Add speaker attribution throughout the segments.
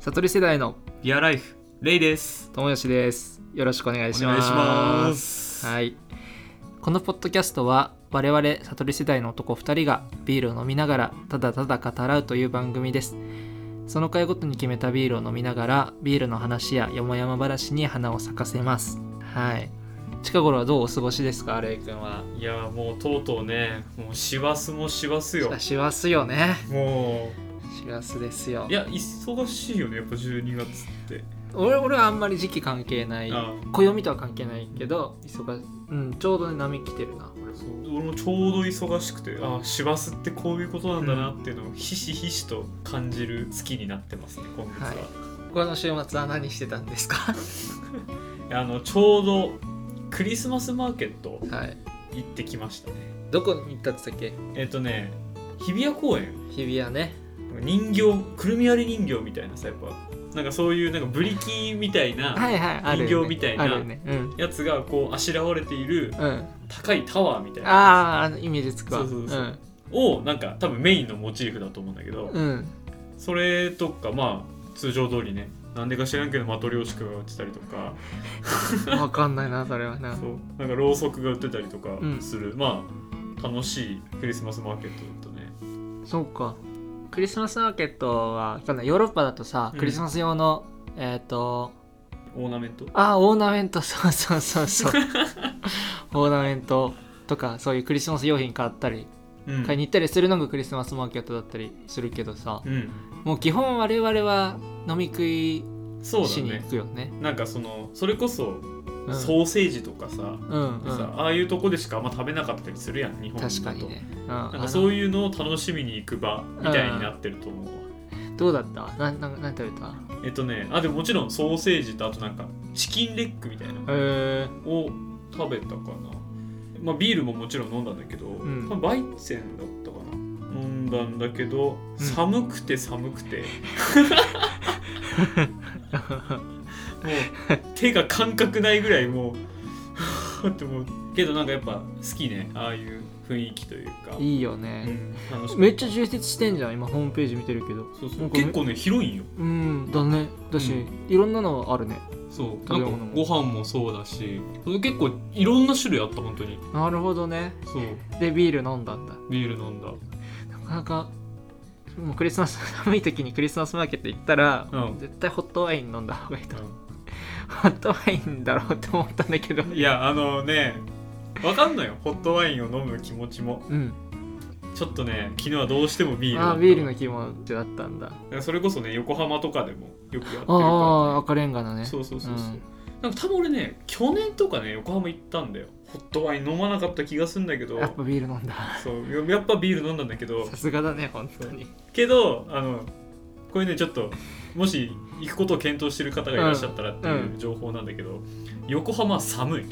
Speaker 1: 悟り世代の
Speaker 2: ビアライフレイです
Speaker 1: 友吉ですよろしくお願いし
Speaker 2: お願
Speaker 1: ま
Speaker 2: い
Speaker 1: す
Speaker 2: します
Speaker 1: はいこのポッドキャストは我々悟り世代の男2人がビールを飲みながらただただ語らうという番組ですその回ごとに決めたビールを飲みながらビールの話やよもやま話に花を咲かせますはい近頃はどうお過ごしですかレイ君はい
Speaker 2: やもうとうとうねもう師走も師走よ
Speaker 1: 師走よね
Speaker 2: も
Speaker 1: 師走ですよ
Speaker 2: ういや忙しいよねやっぱ12月って
Speaker 1: 俺俺はあんまり時期関係ない
Speaker 2: あ
Speaker 1: 暦とは関係ないけど忙しうんちょうどね波来てるな俺
Speaker 2: そう俺もちょうど忙しくてあ師走ってこういうことなんだなっていうのをひしひしと感じる月になってますね今月は、
Speaker 1: はいこの週末は何してたんです か
Speaker 2: あのちょうどクリスマスマーケット
Speaker 1: はい
Speaker 2: 行ってきましたね
Speaker 1: どこに行ったっつったっけ
Speaker 2: えっ、とね日比谷公園
Speaker 1: 日比谷ね
Speaker 2: 人形くるみ割り人形みたいなさやっぱなんかそういうなんかブリキみたいな
Speaker 1: はいはいある
Speaker 2: 人
Speaker 1: よ、
Speaker 2: 形
Speaker 1: ね、
Speaker 2: みたいな
Speaker 1: あるよねうん
Speaker 2: やつがこうあしらわれている
Speaker 1: うん、
Speaker 2: 高いタワーみたい
Speaker 1: あ
Speaker 2: な
Speaker 1: ーあのイメージつくわ
Speaker 2: そうそうそうんをなんか多分メインのモチーフだと思うんだけど
Speaker 1: うん
Speaker 2: それとかまあ通常通りねなんでか知らんけどマトリョーシカが売ってたりとか
Speaker 1: 分かんないなそれはな
Speaker 2: そうなんかろうそくが売ってたりとか
Speaker 1: うん
Speaker 2: する、まあ楽しいクリスマスマーケットだったね
Speaker 1: そうかクリスマスマーケットは去年ヨーロッパだとさ
Speaker 2: うん
Speaker 1: クリスマス用の、えっ、と
Speaker 2: オーナメント
Speaker 1: あオーナメント そうそうそう そうオーナメントとかそういうクリスマス用品買ったり
Speaker 2: うん
Speaker 1: 買いに行ったりするのがクリスマスマーケットだったりするけどさ
Speaker 2: うん
Speaker 1: もう基本我々は飲み食い
Speaker 2: そう
Speaker 1: し
Speaker 2: だ
Speaker 1: に
Speaker 2: ね
Speaker 1: 行くよね
Speaker 2: なんかそのそれこそ
Speaker 1: うん
Speaker 2: ソーセージとかさ、
Speaker 1: うんうん
Speaker 2: さああいうとこでしかあんま食べなかったりするやん日本だと
Speaker 1: 確かにね、うん、
Speaker 2: なん
Speaker 1: あ
Speaker 2: か
Speaker 1: の
Speaker 2: そういうのを楽しみに行く場みたいになってると思うわ
Speaker 1: どうだったなんなんなん食べた
Speaker 2: えっとねあでももちろんソーセージとあとなんかチキンレッグみたいな
Speaker 1: えー、
Speaker 2: を食べたかな、まあ、ビールももちろん飲んだんだけど、
Speaker 1: ん
Speaker 2: 多分バイセンだったかな飲んだんだけど
Speaker 1: うん
Speaker 2: 寒くて寒く て、もう手が感覚ないぐらいもうってもうけどなんかやっぱ好きねああいう雰囲気というか
Speaker 1: いいよ
Speaker 2: う
Speaker 1: ね、
Speaker 2: ん、楽し
Speaker 1: めっ
Speaker 2: ち
Speaker 1: ちゃ充実してんじゃん今ホームページ見てるけど
Speaker 2: そうそ
Speaker 1: な
Speaker 2: うん
Speaker 1: かめ
Speaker 2: 結構ね広いんよ
Speaker 1: うんだねだし、
Speaker 2: う
Speaker 1: いろんなのあるね
Speaker 2: そう
Speaker 1: 食べ物も
Speaker 2: なんかご飯もそうだし結構いろんな種類あった本当に
Speaker 1: なるほどね
Speaker 2: そう
Speaker 1: でビール飲んだんだ
Speaker 2: ビール飲んだ
Speaker 1: なかなかもうクリスマス寒い時にクリスマスマーケット行ったら、
Speaker 2: うん
Speaker 1: 絶対ホットワイン飲んだ方がいいと思う、ホットワインだろうって思ったんだけど
Speaker 2: いやあのねわかんのよホットワインを飲む気持ちも
Speaker 1: うん
Speaker 2: ちょっとね昨日はどうしてもビールだった
Speaker 1: ああービールの気持ちだったんだ
Speaker 2: だからそれこそね横浜とかでもよくやってる
Speaker 1: あ
Speaker 2: か
Speaker 1: あ赤レンガの
Speaker 2: ら
Speaker 1: ね
Speaker 2: そうそうそうそう、
Speaker 1: うん
Speaker 2: なんか多分俺ね去年とかね横浜行ったんだよホットワイン飲まなかった気がするんだけど
Speaker 1: やっぱビール飲んだ
Speaker 2: そうやっぱビール飲んだんだけど
Speaker 1: さすがだね本当に
Speaker 2: けどあのこれねちょっともし行くことを検討してる方がいらっしゃったらっていう情報なんだけど、横浜は寒い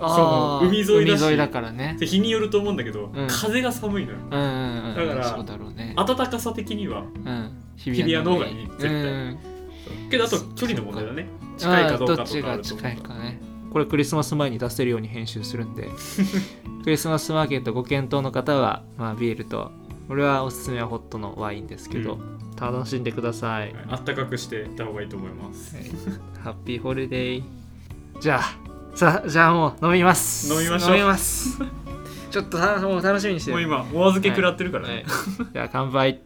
Speaker 1: あー
Speaker 2: 海沿いだし
Speaker 1: 海沿いだからね
Speaker 2: で日によると思うんだけど、
Speaker 1: うん
Speaker 2: 風が寒いのよ
Speaker 1: うんうんうん
Speaker 2: だから
Speaker 1: そうだろうね
Speaker 2: 暖かさ的に
Speaker 1: う
Speaker 2: は
Speaker 1: ん
Speaker 2: 日比谷の方がいい絶対
Speaker 1: うん
Speaker 2: けどあと距離の問題だね近いかどう
Speaker 1: あ
Speaker 2: か
Speaker 1: ーどっち
Speaker 2: とか
Speaker 1: が
Speaker 2: あると思う
Speaker 1: 近いかねこれクリスマス前に出せるように編集するん でクリスマスマーケットご検討の方は、まあ、ビールと俺はおすすめはホットのワインですけど、
Speaker 2: う
Speaker 1: 楽しんでください、
Speaker 2: あったかくしていった方がいいと思います
Speaker 1: ハッピーホリデーじゃあさじゃあもう飲みます
Speaker 2: 飲みましょう
Speaker 1: 飲みます ちょっとさもう楽しみにして
Speaker 2: もう
Speaker 1: る
Speaker 2: 今お預け食らってるからね、
Speaker 1: はい、じゃあ乾杯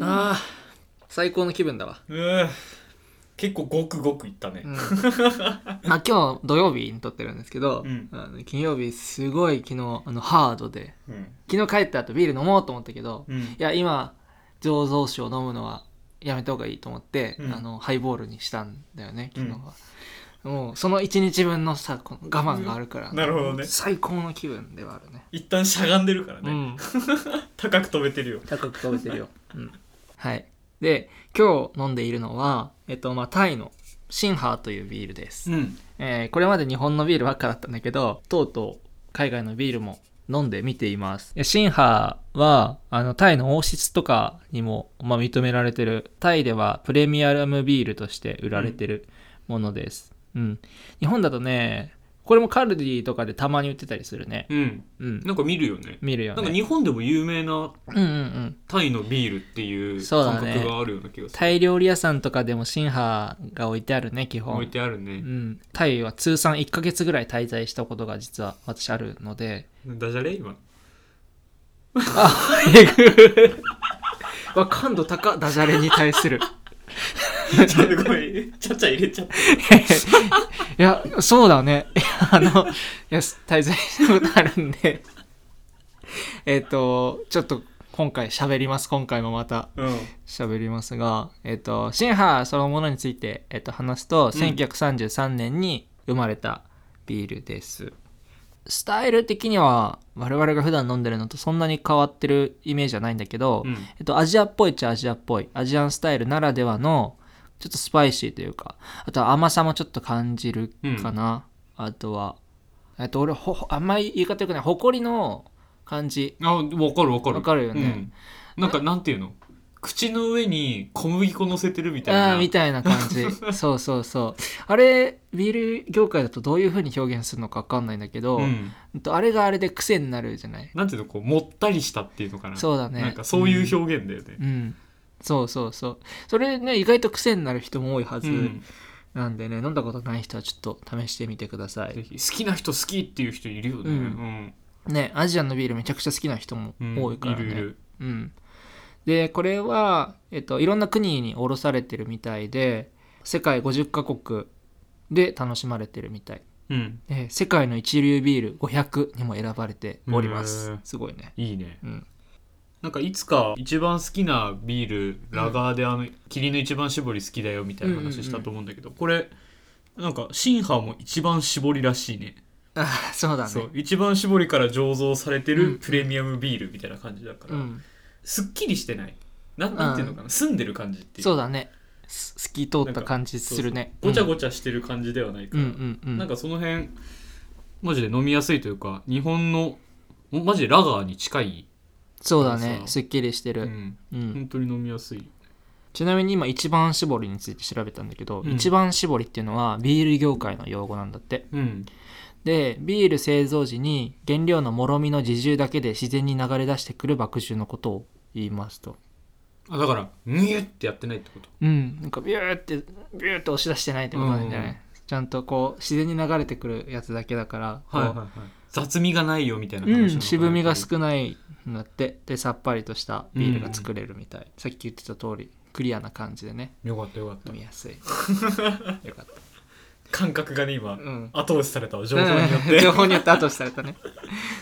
Speaker 1: あー最高の気分だわ、
Speaker 2: うー結構ごくごくいったね、
Speaker 1: うんまあ今日土曜日に撮ってるんですけど、
Speaker 2: うん
Speaker 1: あの金曜日すごい昨日あのハードで
Speaker 2: うん
Speaker 1: 昨日帰った後ビール飲もうと思ったけど、
Speaker 2: うん
Speaker 1: いや今醸造酒を飲むのはやめた方がいいと思って、
Speaker 2: うん
Speaker 1: あのハイボールにしたんだよね昨日は、もうその1日分のさこの我慢があるから、
Speaker 2: なるほどね
Speaker 1: 最高の気分ではあるね
Speaker 2: 一旦しゃがんでるからね、
Speaker 1: うん
Speaker 2: 高く飛べてるよ
Speaker 1: 高く飛べてるよ、 うん、はいで今日飲んでいるのは、えっとまあ、タイのシンハーというビールです、
Speaker 2: ん
Speaker 1: えーこれまで日本のビールばっかだったんだけどとうとう海外のビールも飲んでみていますえシンハーはあのタイの王室とかにも、まあ、認められてるタイではプレミアムビールとして売られてるものです、うん日本だとねこれもカルディとかでたまに売ってたりするね
Speaker 2: うん
Speaker 1: うん
Speaker 2: なんか見るよね
Speaker 1: 見るよ
Speaker 2: なんか
Speaker 1: ね
Speaker 2: 日本でも有名な
Speaker 1: うんうんうん
Speaker 2: タイのビールっていう
Speaker 1: そう
Speaker 2: 感
Speaker 1: だね
Speaker 2: 覚があるような気がする、
Speaker 1: タイ料理屋さんとかでもシンハーが置いてあるね基本
Speaker 2: 置いてある
Speaker 1: う
Speaker 2: ね、
Speaker 1: ん、タイは通算1ヶ月ぐらい滞在したことが実は私あるので
Speaker 2: ダジャレ 今
Speaker 1: えぐわ感度高ダジャレに対する
Speaker 2: ちょっとごめんちゃちゃ入れちゃった
Speaker 1: いやそうだね いやあのいや滞在したことあるんで えっとちょっと今回喋ります今回もまた
Speaker 2: うん
Speaker 1: 喋りますが、えっとシンハーそのものについて、えっと話すと、
Speaker 2: うん
Speaker 1: 1933年に生まれたビールですスタイル的には我々が普段飲んでるのとそんなに変わってるイメージはないんだけど、
Speaker 2: うん
Speaker 1: えっと、アジアっぽいっちゃアジアっぽいアジアンスタイルならではのちょっとスパイシーというかあとは甘さもちょっと感じるかな、あとはえっと俺ほほあんまり言い方よくない誇りの感じ
Speaker 2: あ分かる分かる
Speaker 1: わかるよね、
Speaker 2: うんなんかなんていうの口の上に小麦粉乗せてるみたい
Speaker 1: あ
Speaker 2: な
Speaker 1: ーみたいな感 じそうそうそうあれビール業界だとどういう風に表現するのか分かんないんだけど、
Speaker 2: うん、
Speaker 1: うんとあれがあれで癖になるじゃない
Speaker 2: なんていうのこうもったりしたっていうのかな
Speaker 1: そうだね
Speaker 2: なんかそういう表現だよね、
Speaker 1: うんそうそうそうそれね意外と癖になる人も多いはず、
Speaker 2: うん
Speaker 1: なんでね飲んだことない人はちょっと試してみてくださ
Speaker 2: ぜ
Speaker 1: い
Speaker 2: ひ好きな人好きっていう人いるよね、
Speaker 1: うんねアジアのビールめちゃくちゃ好きな人も
Speaker 2: うん
Speaker 1: 多いからね、
Speaker 2: いるいる
Speaker 1: うん、でこれは、えっと、いろんな国に卸されてるみたいで世界50カ国で楽しまれてるみたい
Speaker 2: うん
Speaker 1: で世界の一流ビール500にも選ばれております、
Speaker 2: へー
Speaker 1: すごいね、
Speaker 2: いいね
Speaker 1: うん、
Speaker 2: なんかいつか一番好きなビールラガーであの霧の一番搾り好きだよみたいな話したと思うんだけど、これなんかシンハーも一番搾りらしいね
Speaker 1: あーそうだね
Speaker 2: そう一番搾りから醸造されて
Speaker 1: うんう
Speaker 2: る
Speaker 1: ん
Speaker 2: プレミアムビールみたいな感じだから、
Speaker 1: うん、
Speaker 2: すっきりしてないなんなんていうのかな、澄んでる感じっていう
Speaker 1: そうだねす透き通った感じするね
Speaker 2: そうそう
Speaker 1: ち
Speaker 2: ごちゃごちゃしてる感じではないか
Speaker 1: うん
Speaker 2: ら、
Speaker 1: うんうんうん
Speaker 2: なんかその辺マジで飲みやすいというか日本のほんマジでラガーに近い、
Speaker 1: そうだね
Speaker 2: そう
Speaker 1: すっきりしてる、
Speaker 2: うん、
Speaker 1: うん
Speaker 2: 本当に飲みやすい
Speaker 1: ちなみに今一番搾りについて調べたんだけど、
Speaker 2: うん
Speaker 1: 一番搾りっていうのはビール業界の用語なんだって
Speaker 2: うん
Speaker 1: でビール製造時に原料のもろみの自重だけで自然に流れ出してくる麦汁のことを言いますと
Speaker 2: あだからニューってやってないってこと
Speaker 1: うんなんかビューってビューって押し出してないってことなんじゃない、
Speaker 2: うん
Speaker 1: ちゃんとこう自然に流れてくるやつだけだから、こう
Speaker 2: い雑味がないよみたいな
Speaker 1: う
Speaker 2: 話
Speaker 1: ん、渋みが少
Speaker 2: い
Speaker 1: ないんだってでさっぱりとしたビールが作れるみたい、さっき言ってた通りクリアな感じでね
Speaker 2: よかったよかっ
Speaker 1: 飲
Speaker 2: た
Speaker 1: みや すいよかっ
Speaker 2: 感覚がね今
Speaker 1: たうん
Speaker 2: 後押しされたわ情報によっ
Speaker 1: うん
Speaker 2: て
Speaker 1: 情報によって後押しされたね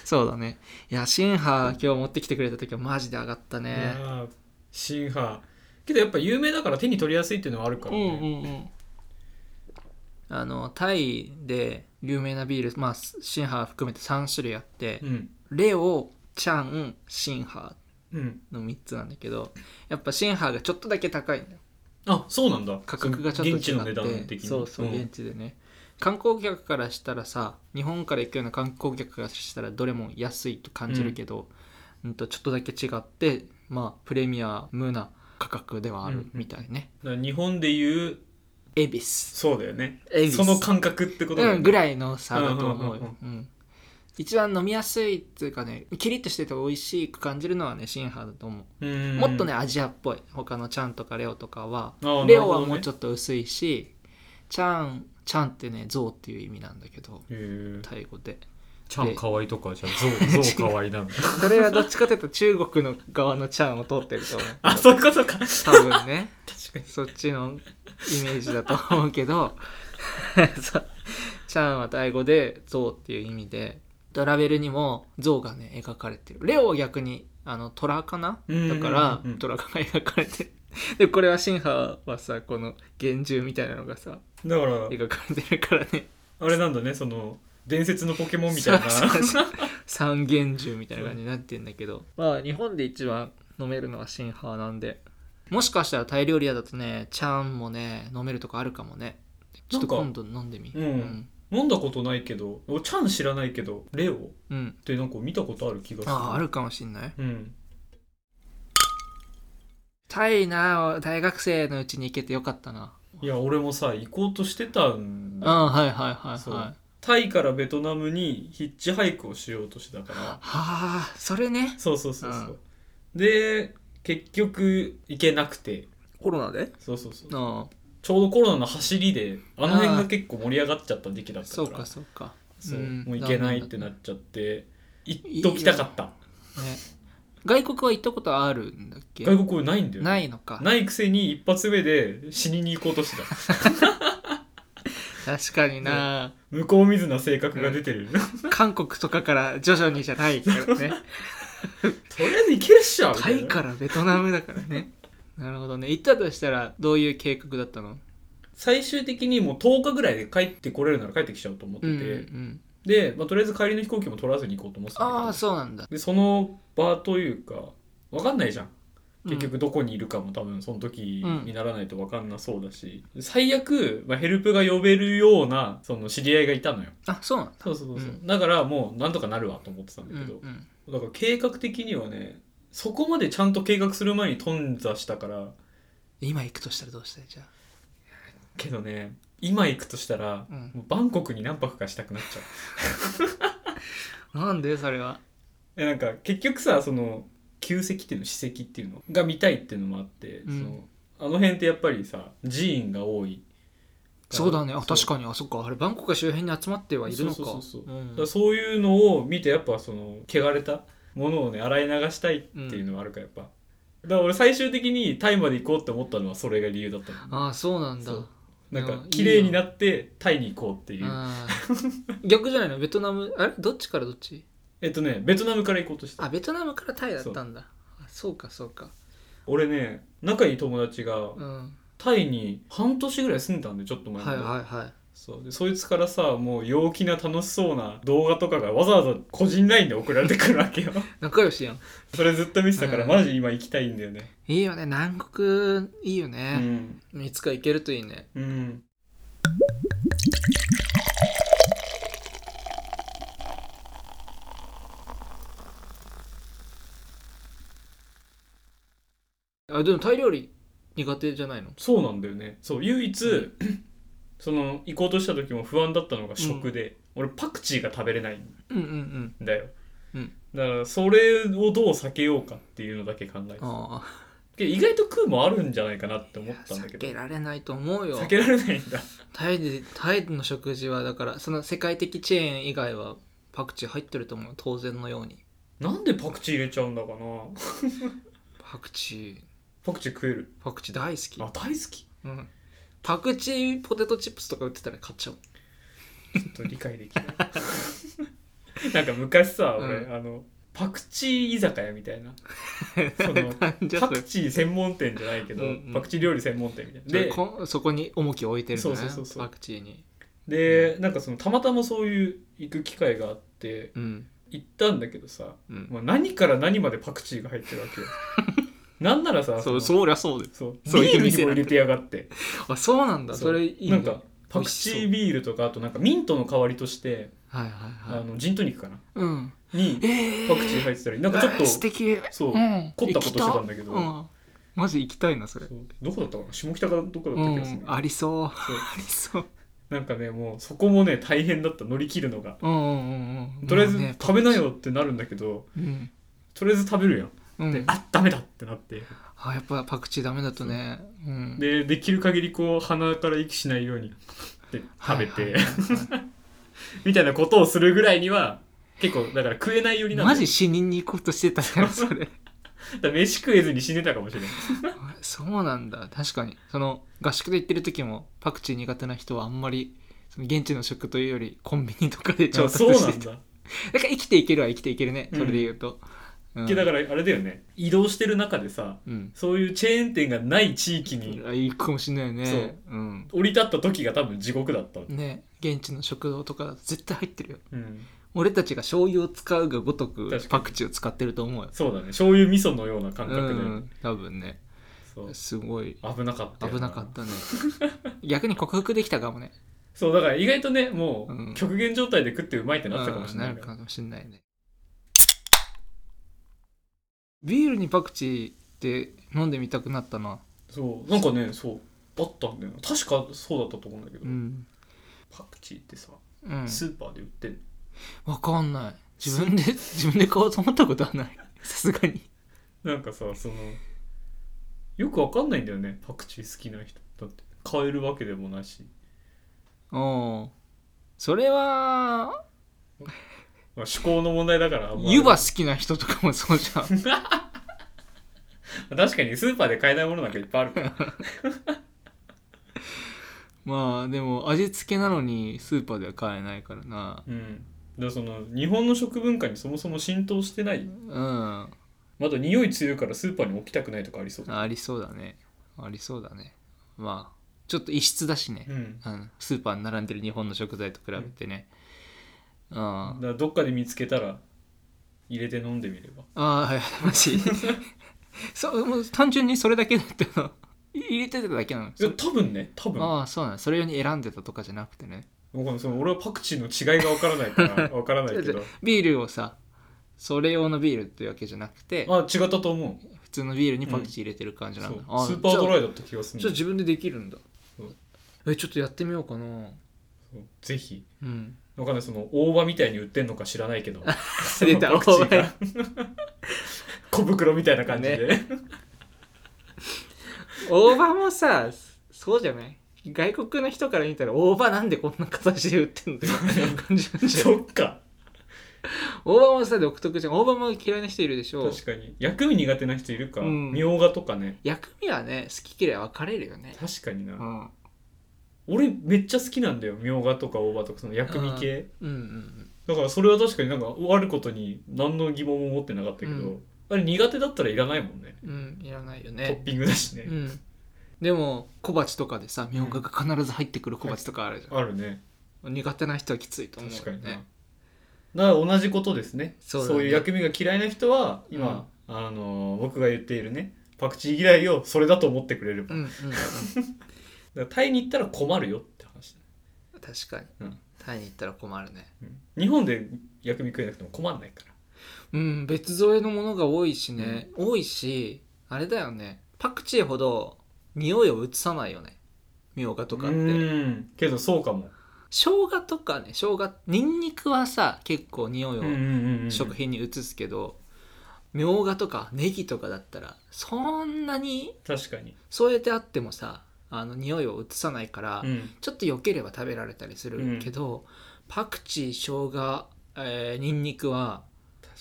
Speaker 1: そうだねいやシンハー今日持ってきてくれた時はマジで上がった
Speaker 2: い
Speaker 1: ね
Speaker 2: やーシンハーけどやっぱ有名だから手に取りやすいっていうのはあるか
Speaker 1: う
Speaker 2: ら
Speaker 1: んう
Speaker 2: ね
Speaker 1: んうんあのタイで有名なビール、まあ、シンハー含めて3種類あって、
Speaker 2: うん
Speaker 1: レオチャンシンハ
Speaker 2: うん
Speaker 1: ーの3つなんだけどやっぱシンハーがちょっとだけ高いんだよ
Speaker 2: あそうなんだ
Speaker 1: 価格がちょっと違って
Speaker 2: 現地の値段的に
Speaker 1: そうそう、
Speaker 2: ん
Speaker 1: 現地でね観光客からしたらさ日本から行くような観光客からしたらどれも安いと感じるけど、うん、とちょっとだけ違ってまあプレミアムな価格ではあるみたいね
Speaker 2: だから日本でいう
Speaker 1: 恵比寿
Speaker 2: そうだよね
Speaker 1: 恵比寿
Speaker 2: その感覚ってことだよ
Speaker 1: う
Speaker 2: ね
Speaker 1: んぐらいの差だと思う
Speaker 2: うんうん
Speaker 1: よ、うん、一番飲みやすいっていうかねキリッとしてて美味しく感じるのはねシンハーだと思う
Speaker 2: うん
Speaker 1: もっとねアジアっぽい他のチャンとかレオとかは
Speaker 2: あー
Speaker 1: レオはもうち
Speaker 2: ょっ
Speaker 1: ょっと薄いしチャンチャンってね象っていう意味なんだけど
Speaker 2: と、へー
Speaker 1: タイ語で
Speaker 2: ちゃんかわいとかじゃあゾ ウゾウかわいなんだ
Speaker 1: それはどっちかというと中国の側のチャンを通ってると思う
Speaker 2: あそういうことか確
Speaker 1: 多分ね
Speaker 2: かに
Speaker 1: そっちのイメージだと思うけ どそうチャンはタイ語で象っていう意味でドラベルにも象がね描かれてるレオは逆にあの虎かな
Speaker 2: うんうんう
Speaker 1: だ
Speaker 2: ん
Speaker 1: から虎が描かれてるでこれはシンハーはさこの幻獣みたいなのがさ
Speaker 2: だから
Speaker 1: 描かれてるからね
Speaker 2: あれなんだねその伝説のポケモンみたいな
Speaker 1: そうそうそう三元獣みたいな感じになってんだけどまあ日本で一番飲めるのはシンハーなんでもしかしたらタイ料理屋だとねチャンもね飲めるとこあるかもねちょっと
Speaker 2: な
Speaker 1: 今
Speaker 2: ん
Speaker 1: 度飲んでみ
Speaker 2: うん飲んだことないけどおちゃん知らないけどレオっ
Speaker 1: うんうん
Speaker 2: てなんか見たことある気がする
Speaker 1: あああるかもしんない
Speaker 2: うん
Speaker 1: タイな大学生のうちに行けてよかったない
Speaker 2: や俺もさ行こうとしてたん
Speaker 1: あ
Speaker 2: だ
Speaker 1: あはいはいはい
Speaker 2: そ
Speaker 1: は
Speaker 2: うタイからベトナムにヒッチハイクをしようとしてたから
Speaker 1: あそれね
Speaker 2: そうそうそうそう、で結局行けなくて
Speaker 1: コロナで
Speaker 2: そうそうそう
Speaker 1: ああ
Speaker 2: ちょうどコロナの走りであの辺が結構盛り上がっちゃった時期だったか
Speaker 1: そ
Speaker 2: ら
Speaker 1: うかそうか
Speaker 2: そう
Speaker 1: うん
Speaker 2: もう行けないってなっちゃって行っときたかった
Speaker 1: ね外国は行ったことあるんだっけ
Speaker 2: 外国ないんだよ
Speaker 1: ないのか
Speaker 2: ないくせに一発目で死にに行こうとしてた
Speaker 1: 確かにな、
Speaker 2: 向こう見ずな性格が出てる、 と
Speaker 1: 韓国とかから徐々にじゃないけどね
Speaker 2: りあえず行けるっしょみ
Speaker 1: タ
Speaker 2: たい
Speaker 1: イ
Speaker 2: な
Speaker 1: からベトナムだからねなるほどね行ったとしたらどういう計画だったの
Speaker 2: 最終的にもう10日ぐらいで帰ってこれるなら帰ってきちゃうと思ってて、
Speaker 1: ん、
Speaker 2: で、まあ、とりあえず帰りの飛行機も取らずに行こうと思ってたんだけ
Speaker 1: あ
Speaker 2: ど
Speaker 1: あそうなんだ
Speaker 2: でその場というか分かんないじゃん結
Speaker 1: うん
Speaker 2: 局どこにいるかも多分その時にならないと分かんなそうだし、最悪、まあ、ヘルプが呼べるようなその知り合いがいたのよ
Speaker 1: あそうなんだ
Speaker 2: そうそうそうそう、
Speaker 1: う
Speaker 2: だからもうなんとかなるわと思ってたんだけど、
Speaker 1: うんうん
Speaker 2: だから計画的にはねそこまでちゃんと計画する前に頓挫したから
Speaker 1: 今行くとしたらどうしたいじゃ
Speaker 2: けどね今行くとしたら、
Speaker 1: うん
Speaker 2: もうバンコクに何泊かしたくなっちゃう
Speaker 1: あなんでそれは
Speaker 2: えなんか結局さその旧跡っていうの史跡っていうのが見たいっていうのもあって、
Speaker 1: うん
Speaker 2: そのあの辺ってやっぱりさ寺院が多いから
Speaker 1: そうだねあ確
Speaker 2: そう
Speaker 1: かにあそっかあれバンコクが周辺に集まってはいるのか
Speaker 2: そうそうそうそだ
Speaker 1: ん
Speaker 2: からそういうのを見てやっぱその汚れたものをね洗い流したいっていうのはあるからやっぱ、だから俺最終的にタイまで行こうって思ったのはそれが理由だったの
Speaker 1: ああそうなんだ
Speaker 2: そうなん
Speaker 1: いや
Speaker 2: か綺麗になってタイに行こうっていう
Speaker 1: あー逆じゃないのベトナムあれどっちからどっち
Speaker 2: えっとねベトナムから行こうとしてた
Speaker 1: あベトナムからタイだったんだあそうかそうか
Speaker 2: 俺ね仲いい友達が
Speaker 1: うん
Speaker 2: タイに半年ぐらい住んでたんでちょっと前ま
Speaker 1: はい
Speaker 2: で、
Speaker 1: はいはい
Speaker 2: そうでそいつからさもう陽気な楽しそうな動画とかがわざわざ個人 LINE で送られてくるわけよ
Speaker 1: 仲良しやん
Speaker 2: それずっと見てたから、
Speaker 1: うん
Speaker 2: マジ今行きたいんだよね
Speaker 1: いいよね南国いいよ
Speaker 2: う
Speaker 1: ね、
Speaker 2: ん、
Speaker 1: いつか行けるといいね
Speaker 2: うん、
Speaker 1: あでもタイ料理苦手じゃないの
Speaker 2: そうなんだよねそう唯一、その行こうとした時も不安だったのが食で、俺パクチーが食べれないん
Speaker 1: うんうんうん
Speaker 2: だよ、
Speaker 1: うん
Speaker 2: だからそれをどう避けようかっていうのだけ考えてた
Speaker 1: ああ
Speaker 2: けど意外と食うもあるんじゃないかなって思ったんだけ
Speaker 1: 避
Speaker 2: ど
Speaker 1: けられないと思うよ
Speaker 2: 避けられないんだ
Speaker 1: タイでタイの食事はだからその世界的チェーン以外はパクチー入ってると思う当然のように
Speaker 2: なんでパクチー入れちゃうんだか な
Speaker 1: パクチ
Speaker 2: パクチー食える
Speaker 1: ーパクチー大好き
Speaker 2: あ大好き
Speaker 1: うん、パクチーポテトチップスとか売ってたら買っちゃう
Speaker 2: ちょっと理解できない なんか昔さ俺、
Speaker 1: う
Speaker 2: あのパクチー居酒屋みた いなその
Speaker 1: なんじゃ
Speaker 2: パ
Speaker 1: そ
Speaker 2: ク
Speaker 1: れ
Speaker 2: チー専門店じゃないけど
Speaker 1: うんうん
Speaker 2: パクチー料理専門店みたいな
Speaker 1: で
Speaker 2: で
Speaker 1: こそこに重きを置いてるんだね
Speaker 2: そうそうそうそう
Speaker 1: パクチーに
Speaker 2: でなんかそのたまたまそういう行く機会があって
Speaker 1: うん
Speaker 2: 行ったんだけどさ、
Speaker 1: うん
Speaker 2: まあ、何から何までパクチーが入ってるわ けよなんならさ
Speaker 1: そう
Speaker 2: う
Speaker 1: そりゃそうです
Speaker 2: そう
Speaker 1: そういう
Speaker 2: ビールに
Speaker 1: 店
Speaker 2: も
Speaker 1: なんだ
Speaker 2: 入れてやがって
Speaker 1: あそうなんだ
Speaker 2: そ
Speaker 1: そうれいい
Speaker 2: な
Speaker 1: ね
Speaker 2: んかパクチービールとかあとなんかミントの代わりとして、
Speaker 1: はいはい
Speaker 2: あ
Speaker 1: はい
Speaker 2: のジントニックかな
Speaker 1: うん
Speaker 2: に
Speaker 1: えー
Speaker 2: パクチー入ってたり、なんかちょっ
Speaker 1: え
Speaker 2: と
Speaker 1: ー素敵
Speaker 2: そう、
Speaker 1: ん
Speaker 2: 凝ったことしてたんだけど
Speaker 1: 行きたうんマジ行きたいなそれ
Speaker 2: そうどこだったかな下北かどこだっ
Speaker 1: う
Speaker 2: た気がする、
Speaker 1: んありそうあ
Speaker 2: そう
Speaker 1: りそう
Speaker 2: なんかねもうそこもね大変だった乗り切るのが
Speaker 1: うんうんうんうん
Speaker 2: とりあえず
Speaker 1: まね
Speaker 2: 食べなよってなるんだけど、
Speaker 1: うん
Speaker 2: とりあえず食べるやん、
Speaker 1: うん
Speaker 2: であダメだってなって
Speaker 1: あやっぱパクチーダメだとねうん
Speaker 2: でできる限りこう鼻から息しないようにって食べて、
Speaker 1: はいはいはいは
Speaker 2: みたいなことをするぐらいには結構だから食えないより
Speaker 1: い
Speaker 2: なんだ
Speaker 1: マ
Speaker 2: よ
Speaker 1: ジ死人に行こうとしてたよそれ
Speaker 2: だから飯食えずに死んでたかもしれない
Speaker 1: そうなんだ確かにその合宿で行ってる時もパクチー苦手な人はあんまりその現地の食というよりコンビニとかで調
Speaker 2: あ
Speaker 1: 達
Speaker 2: そうな
Speaker 1: し
Speaker 2: ん
Speaker 1: てて
Speaker 2: だ
Speaker 1: だから生きていけるは生きていけるね
Speaker 2: うん
Speaker 1: それで言うと、うん
Speaker 2: けだからあれだよね移動してる中でさ
Speaker 1: うん
Speaker 2: そういうチェーン店がない地域に
Speaker 1: あ行くかもしれないよねうん
Speaker 2: 降り立った時が多分地獄だった、
Speaker 1: ね現地の食堂とかだと絶対入ってるよ
Speaker 2: うん、
Speaker 1: 俺たちが醤油を使うがごとく
Speaker 2: 確かに
Speaker 1: パクチーを使ってると思うよ
Speaker 2: そうだね醤油味噌のような感
Speaker 1: う
Speaker 2: 覚で、
Speaker 1: ん多分ね
Speaker 2: そう
Speaker 1: すごい
Speaker 2: 危なかったよ
Speaker 1: 危なかったね 逆に克服できたかもね
Speaker 2: そうだから意外とねも
Speaker 1: う
Speaker 2: うん極限状態で食ってうまいって なってたかもしれな
Speaker 1: う
Speaker 2: い
Speaker 1: ん
Speaker 2: か
Speaker 1: る
Speaker 2: ら
Speaker 1: かもしんないねビールにパクチーって飲んでみたくなったな
Speaker 2: そうなんかねそうあったんだよな確かそうだったと思うんだけど、
Speaker 1: うん
Speaker 2: パクチーってさ
Speaker 1: うん
Speaker 2: スーパーで売ってんの
Speaker 1: わかんない自分で自分で買おうと思ったことはないさすがに
Speaker 2: なんかさそのよくわかんないんだよねパクチー好きな人だって買えるわけでもないし、
Speaker 1: うんそれは
Speaker 2: まあ、趣向の問題だからあんまり
Speaker 1: 湯葉好きな人とかもそうじゃん
Speaker 2: 確かにスーパーで買えないものなんかいっぱいあるから
Speaker 1: まあでも味付けなのにスーパーでは買えないからな
Speaker 2: うんだからその日本の食文化にそもそも浸透してない
Speaker 1: うん
Speaker 2: まだ匂い強いからスーパーに置きたくないとかありそう
Speaker 1: ありそうだねありそうだねまあちょっと異質だしね
Speaker 2: う、んだ
Speaker 1: うん、スーパーに並んでる日本の食材と比べてね、うん、あ
Speaker 2: からどっかで見つけたら入れて飲んでみれば
Speaker 1: あーはいマジ そうもう単純にそれだけだったの入れてただけなの
Speaker 2: いや多分ね多分わ
Speaker 1: ああそうなのそれ用に選んでたとかじゃなくてね
Speaker 2: かんないその俺はパクチーの違いがわからないから わからないけど
Speaker 1: ビールをさそれ用のビールっていうわけじゃなくて
Speaker 2: あ違ったと思う
Speaker 1: 普通のビールにパクチー入れてる感じ
Speaker 2: そ
Speaker 1: なんだ、
Speaker 2: うスーパードラ
Speaker 1: イ
Speaker 2: イだった気がす
Speaker 1: じゃ
Speaker 2: る
Speaker 1: あ
Speaker 2: んだ
Speaker 1: 自分でできるんだ
Speaker 2: そう
Speaker 1: えちょっとやってみようかな
Speaker 2: そうぜひ
Speaker 1: うん
Speaker 2: わかんないその大葉みたいに売ってんのか知らない けど
Speaker 1: 出た
Speaker 2: パクチーが 小袋みたいな感じで、
Speaker 1: 大葉もさそうじゃない外国の人から見たら大葉なんでこんな形で売って んのって感じなんじゃん
Speaker 2: そっか
Speaker 1: 大葉もさ独特じゃん大葉も嫌いな人いるでしょ
Speaker 2: 確かに薬味苦手な人いるか
Speaker 1: うん
Speaker 2: みょうがとかね
Speaker 1: 薬味はね好き嫌い分かれるよね
Speaker 2: 確かにな、
Speaker 1: うん
Speaker 2: 俺めっちゃ好きなんだよみょうがとか大葉とかその薬味系
Speaker 1: うんうん
Speaker 2: だからそれは確かになんかあることに何の疑問も持ってなかったけど、
Speaker 1: うん
Speaker 2: あれ苦手だったらいらないもんね
Speaker 1: うんうんいらないよ
Speaker 2: トッ
Speaker 1: ね
Speaker 2: ピングだしね
Speaker 1: う、んでも小鉢とかでさみょうがが必ず入ってくる小鉢とかあるじゃん、
Speaker 2: あるね
Speaker 1: 苦手な人はきついと思うよ
Speaker 2: 確かにな、
Speaker 1: ね
Speaker 2: だから同じことですね
Speaker 1: そ
Speaker 2: そうう
Speaker 1: だね
Speaker 2: いう薬味が嫌いな人は今、あのー僕が言っているねパクチー嫌いをそれだと思ってくれれば、
Speaker 1: うんうんうん
Speaker 2: だからタイに行ったら困るよって話だ、
Speaker 1: 確かに、
Speaker 2: うん
Speaker 1: タイに行ったら困るね
Speaker 2: うん日本で薬味食えなくても困んないか
Speaker 1: う
Speaker 2: ら
Speaker 1: ん別添えのものが多いしね、多いしあれだよねパクチーほど匂いを移さないよねみょうがとかって、
Speaker 2: うんけどそうかも
Speaker 1: 生姜とかね生姜ニンニクはさ結構匂いを
Speaker 2: うんうんうんうん
Speaker 1: 食品に移すけどみょうがとかネギとかだったらそんなに
Speaker 2: 確かに、
Speaker 1: 添えてあってもさあの匂いを移さないから、
Speaker 2: うん
Speaker 1: ちょっと良ければ食べられたりするけど、パクチー生姜、えー、ニンニクは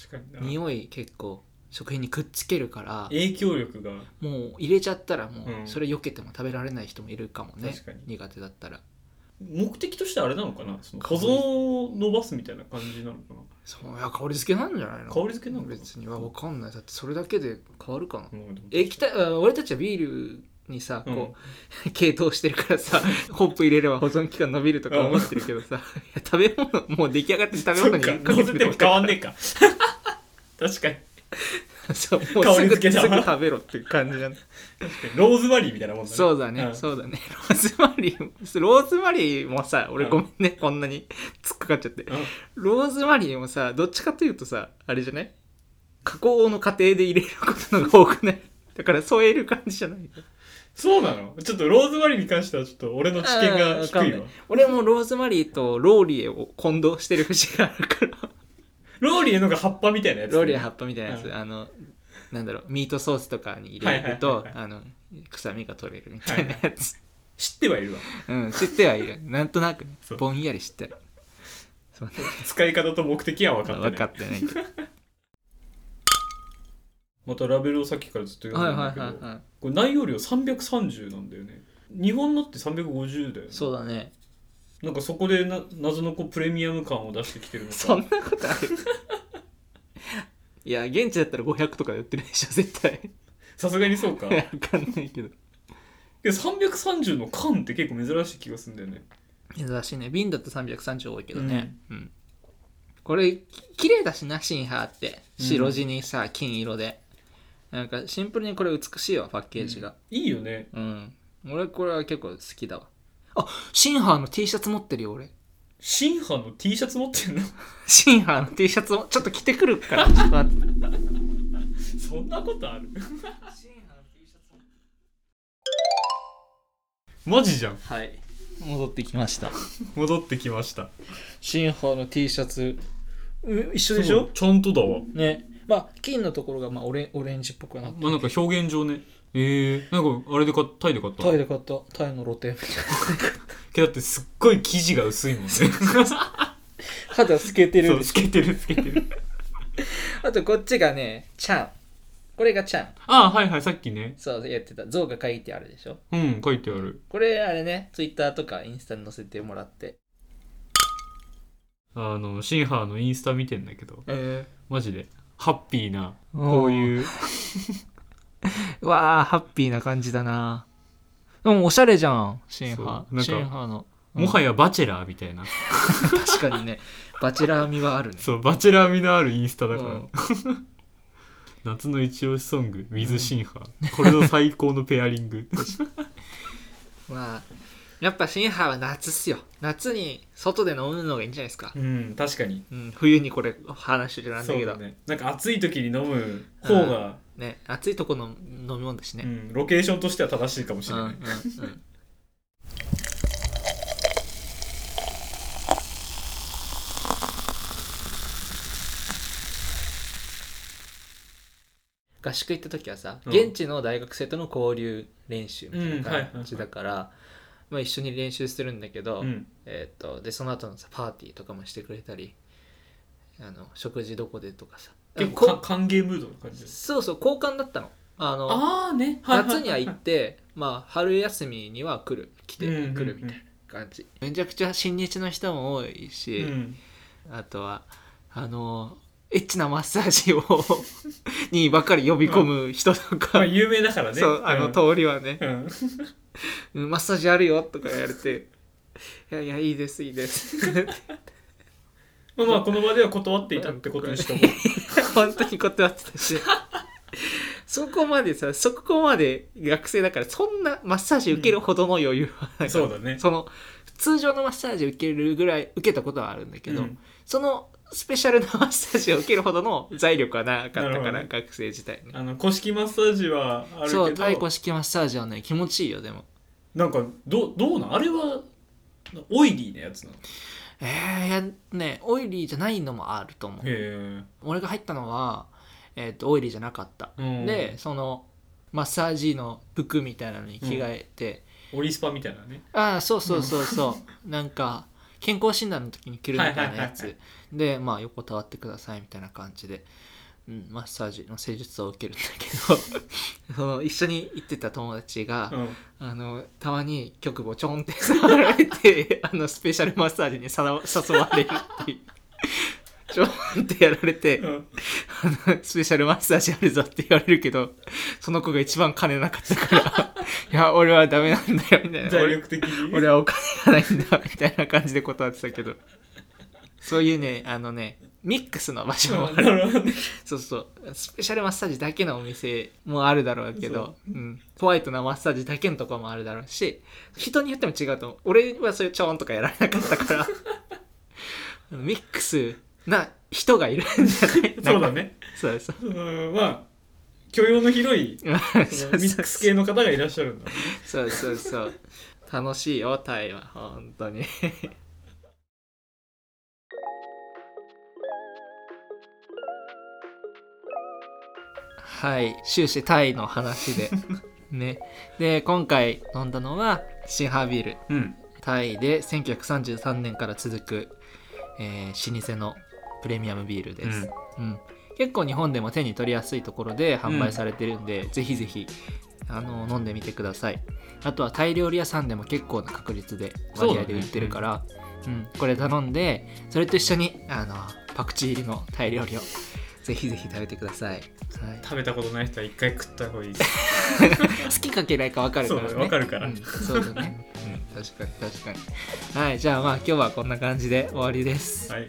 Speaker 2: 確かにな
Speaker 1: 匂い結構食品にくっつけるから
Speaker 2: 影響力が
Speaker 1: もう入れちゃったらも
Speaker 2: う
Speaker 1: うんそれ避けても食べられない人もいるかもね、
Speaker 2: 確かに
Speaker 1: 苦手だったら
Speaker 2: 目的としてあれなのかなその保存を伸ばすみたいな感じなのかな
Speaker 1: そういや香り付けなんじゃないの
Speaker 2: 香り付けなのかな
Speaker 1: 別には分かんないだってそれだけで変わるかな、
Speaker 2: うんでも
Speaker 1: 液体あ俺たちはビールにさ
Speaker 2: うん
Speaker 1: こう、 系統してるからさ ホップ入れれば保存期間伸びるとか思ってるけどさ、いや食べ物もう出来上がってる食べ
Speaker 2: そ
Speaker 1: 物
Speaker 2: っ
Speaker 1: に
Speaker 2: か混ぜても変わんねえか確かに
Speaker 1: そうもう
Speaker 2: 香
Speaker 1: す
Speaker 2: り
Speaker 1: ぐ
Speaker 2: 付け
Speaker 1: す
Speaker 2: だ
Speaker 1: ぐ食べろっていう感じなんだ
Speaker 2: ローズマリーみたいなもんだね
Speaker 1: そうだね、
Speaker 2: ん
Speaker 1: そうだね。ローズマリー、ローズマリーもさ、俺
Speaker 2: うん
Speaker 1: ごめんね、こんなに突っかかっちゃって。ローズマリーもさ、どっちかというとさ、あれじゃない加工の過程で入れることのが多くないだから添える感じじゃない
Speaker 2: そうなのちょっとローズマリーに関してはちょっと俺の知見
Speaker 1: あ
Speaker 2: が低
Speaker 1: ー
Speaker 2: い
Speaker 1: わかん
Speaker 2: わ
Speaker 1: な俺もローズマリーとローリエを混同してる節があるから。
Speaker 2: ローリエのが葉っぱみたいなやつね、
Speaker 1: ローリエ葉っぱみたいなやつ、
Speaker 2: うん
Speaker 1: あの、なんだろう、ミートソースとかに入れると、
Speaker 2: はいはい
Speaker 1: あの、臭みが取れるみたいなやつ。
Speaker 2: 知ってはいるわ
Speaker 1: うん、知ってはいる。なんとなくね
Speaker 2: そう
Speaker 1: ぼんやり知ってる。そうね
Speaker 2: 使い方と目的は分かってない
Speaker 1: 分かってないけど。
Speaker 2: またラベルをさっきからずっと
Speaker 1: は
Speaker 2: 読
Speaker 1: い
Speaker 2: んで
Speaker 1: は
Speaker 2: るんだ
Speaker 1: い
Speaker 2: けど、
Speaker 1: はいはい。
Speaker 2: これ内容量330なんだよね日本のって350だよね
Speaker 1: そうだね。
Speaker 2: なんかそこでな謎のこうプレミアム感を出してきてるのか
Speaker 1: そんなことある いや、現地だったら500とかで売ってるでしょ、絶対。
Speaker 2: さすがにそう か
Speaker 1: わかんないけど。
Speaker 2: で330の缶って結構珍しい気がするんだよね
Speaker 1: 珍しいね。瓶だと330多いけどね。うん。これ、き綺麗だしな、シンハーって。白地にさ、金色で。なんか、シンプルにこれ美しいわ、パッケージが。
Speaker 2: いいよね
Speaker 1: うん。俺、これは結構好きだわ。あ、シンハーの T シャツ持ってるよ、俺。
Speaker 2: シンハの T シャツ持ってんの
Speaker 1: シンハーの T シャツをちょっと着てくる から、ちょっと待って。
Speaker 2: そんなことあるマジじゃん
Speaker 1: はい。
Speaker 3: 戻ってきました
Speaker 2: 戻ってきました
Speaker 3: シンハーの T シャツう一緒でし
Speaker 2: そう
Speaker 3: ょ
Speaker 2: ちゃんとだわ
Speaker 3: ねまあ金のところがまあオレオレンジっぽくはなって
Speaker 2: まあなんか表現上ねえー、なんかあれで買っタイで買った
Speaker 3: タイで買ったタイの露店みたいな
Speaker 2: だってすっごい生地が薄いもんね そ
Speaker 3: 肌透けてるん
Speaker 2: う
Speaker 3: です
Speaker 2: 透けてる透けてる
Speaker 3: あとこっちがねチャンこれがチャン
Speaker 2: ああはいはいさっきね
Speaker 3: そうやってた像が書いてあるでしょ
Speaker 2: うん書いてある
Speaker 3: これあれねツイッターとかインスタに載せてもらって
Speaker 2: あのシンハーのインスタ見てんだけど
Speaker 3: え
Speaker 2: マジでハッピーな
Speaker 1: おー
Speaker 2: こういう
Speaker 1: わあハッピーな感じだなでもおしゃれじゃんシンハ
Speaker 2: そうなんか
Speaker 1: シンハの
Speaker 2: もはやバチェラーみたいな
Speaker 3: 確かにねバチェラー味はあるね
Speaker 2: そうバチェラー味のあるインスタだか
Speaker 3: う
Speaker 2: ら
Speaker 3: ん
Speaker 2: 夏の一押しソング with シンハーこれの最高のペアリング
Speaker 1: まあやっぱシンハは夏っすよ夏に外で飲むのがいいんじゃないですか、
Speaker 2: うん確かに
Speaker 1: うん、冬にこれ話なんだけどね
Speaker 2: ねなんか暑い時に飲む
Speaker 1: 方が、暑いとこの飲み物だしね、
Speaker 2: ロケーションとしては正しいかもし
Speaker 1: うんうんうん合宿行った時はさ、
Speaker 2: うん
Speaker 1: 現地の大学生との交流練習みたいな感じだから、まあ、一緒に練習するんだけど、
Speaker 2: うん
Speaker 1: えー、とでその後のさパーティーとかもしてくれたりあの食事どこでとかさ
Speaker 2: 結
Speaker 1: こ
Speaker 2: 構か歓迎ムードの感じです
Speaker 1: そうそう交換だったのあの
Speaker 2: ああね
Speaker 1: 夏には行って、まあ、春休みには来る来て来るみたいな
Speaker 2: な
Speaker 1: 感じ、めちゃくちゃ親日の人も多いし、
Speaker 2: うん
Speaker 1: あとはあのエッチなマッサージをにばかり呼び込む人とか、
Speaker 2: まあ有名だからね
Speaker 1: そうあの
Speaker 2: ん
Speaker 1: 通りはね、
Speaker 2: うん
Speaker 1: うんマッサージあるよとか言われて「いやいやいいですいいです」
Speaker 2: まあまあこの場では断っていたってことにしても
Speaker 1: 本当に断ってたしそこまでさそこまで学生だからそんなマッサージ受けるほどの余裕 はない、
Speaker 2: そうだね
Speaker 1: その通常のマッサージ受けるぐらい受けたことはあるんだけど、
Speaker 2: うん
Speaker 1: そのスペシャルなマッサージを受けるほどの財力はなかったか
Speaker 2: なるほ
Speaker 1: ら、
Speaker 2: どね
Speaker 1: 学生時代ね
Speaker 2: あの古式マッサージはあるけど
Speaker 1: そう太鼓式マッサージはね気持ちいいよでも
Speaker 2: なんかどどうなんあれはオイリーなやつなの
Speaker 1: えー、いやねオイリーじゃないのもあると思う
Speaker 2: へ
Speaker 1: 俺が入ったのは、えー、とオイリーじゃなかった、
Speaker 2: え
Speaker 1: でそのマッサージの服みたいなのに着替えて、
Speaker 2: オリスパみたいなね
Speaker 1: ああそうそうそうそうなんか健康診断の時に着るみたいなや
Speaker 2: はい
Speaker 1: つでまあ横たわってくださいみたいな感じで、うん、マッサージの施術を受けるんだけど その一緒に行ってた友達が、
Speaker 2: うん
Speaker 1: あのたまに局部をちょんって触られて あのスペシャルマッサージにさら誘われるっていう。 ちょんってやられて、
Speaker 2: うん
Speaker 1: あのスペシャルマッサージあるぞって言われるけど、その子が一番金なかったから、 いや、俺はダメなんだよ、みたいな。
Speaker 2: 財力的に
Speaker 1: 俺はお金がないんだみたいな感じで断ってたけどそういうねあのねミックスの場所もあ
Speaker 2: うん
Speaker 1: る
Speaker 2: なるほどね
Speaker 1: そうそうスペシャルマッサージだけのお店もあるだろうけどうん、ホワイトなマッサージだけのとこもあるだろうし人によっても違うと思う俺はそういうちょんとかやられなかったから あのミックスな人がいるんじゃない
Speaker 2: そう
Speaker 1: な
Speaker 2: だ
Speaker 1: んか
Speaker 2: ね
Speaker 1: そうそう
Speaker 2: うんまあ許容の広いそのミックス系の方がいらっしゃるんだね
Speaker 1: そうそうそう。楽しいよ、タイは。本当に。はい。終始タイの話で。ね。で、今回飲んだのは、シンハービール。
Speaker 2: うん
Speaker 1: タイで1933年から続く、えー老舗のプレミアムビールです、うん結構日本でも手に取りやすいところで販売されてるんで、ぜひぜひあの飲んでみてくださいあとはタイ料理屋さんでも結構な確率で割合で売ってるからう、ん、これ頼んでそれと一緒にあのパクチー入りのタイ料理をぜひぜひ食べてください、 はい、
Speaker 2: 食べたことない人は一回食った方がいいです
Speaker 1: 好きか嫌いか分かるからね
Speaker 2: そう分かるから
Speaker 1: うん そうだね、うん、確かに確かにはいじゃあまあ今日はこんな感じで終わりです
Speaker 2: はい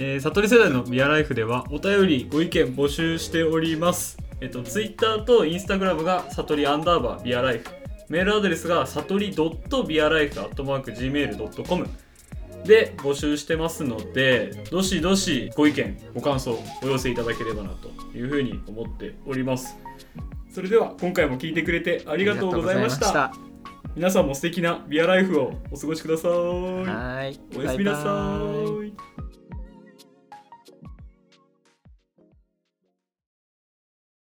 Speaker 2: えー、悟り世代のビアライフではお便りご意見募集しておりますえっとツイッターとインスタグラムが悟りアンダーバービアライフメールアドレスが悟り .bialife.gmail.com で募集してますのでどしどしご意見ご感想お寄せいただければなというふうに思っておりますそれでは今回も聞いてくれてありがとうござい
Speaker 1: ありがとうござい
Speaker 2: ました
Speaker 1: ました
Speaker 2: 皆さんも素敵なビアライフをお過ごしください
Speaker 1: はーい
Speaker 2: おやすみなさ
Speaker 1: バイバイ
Speaker 2: い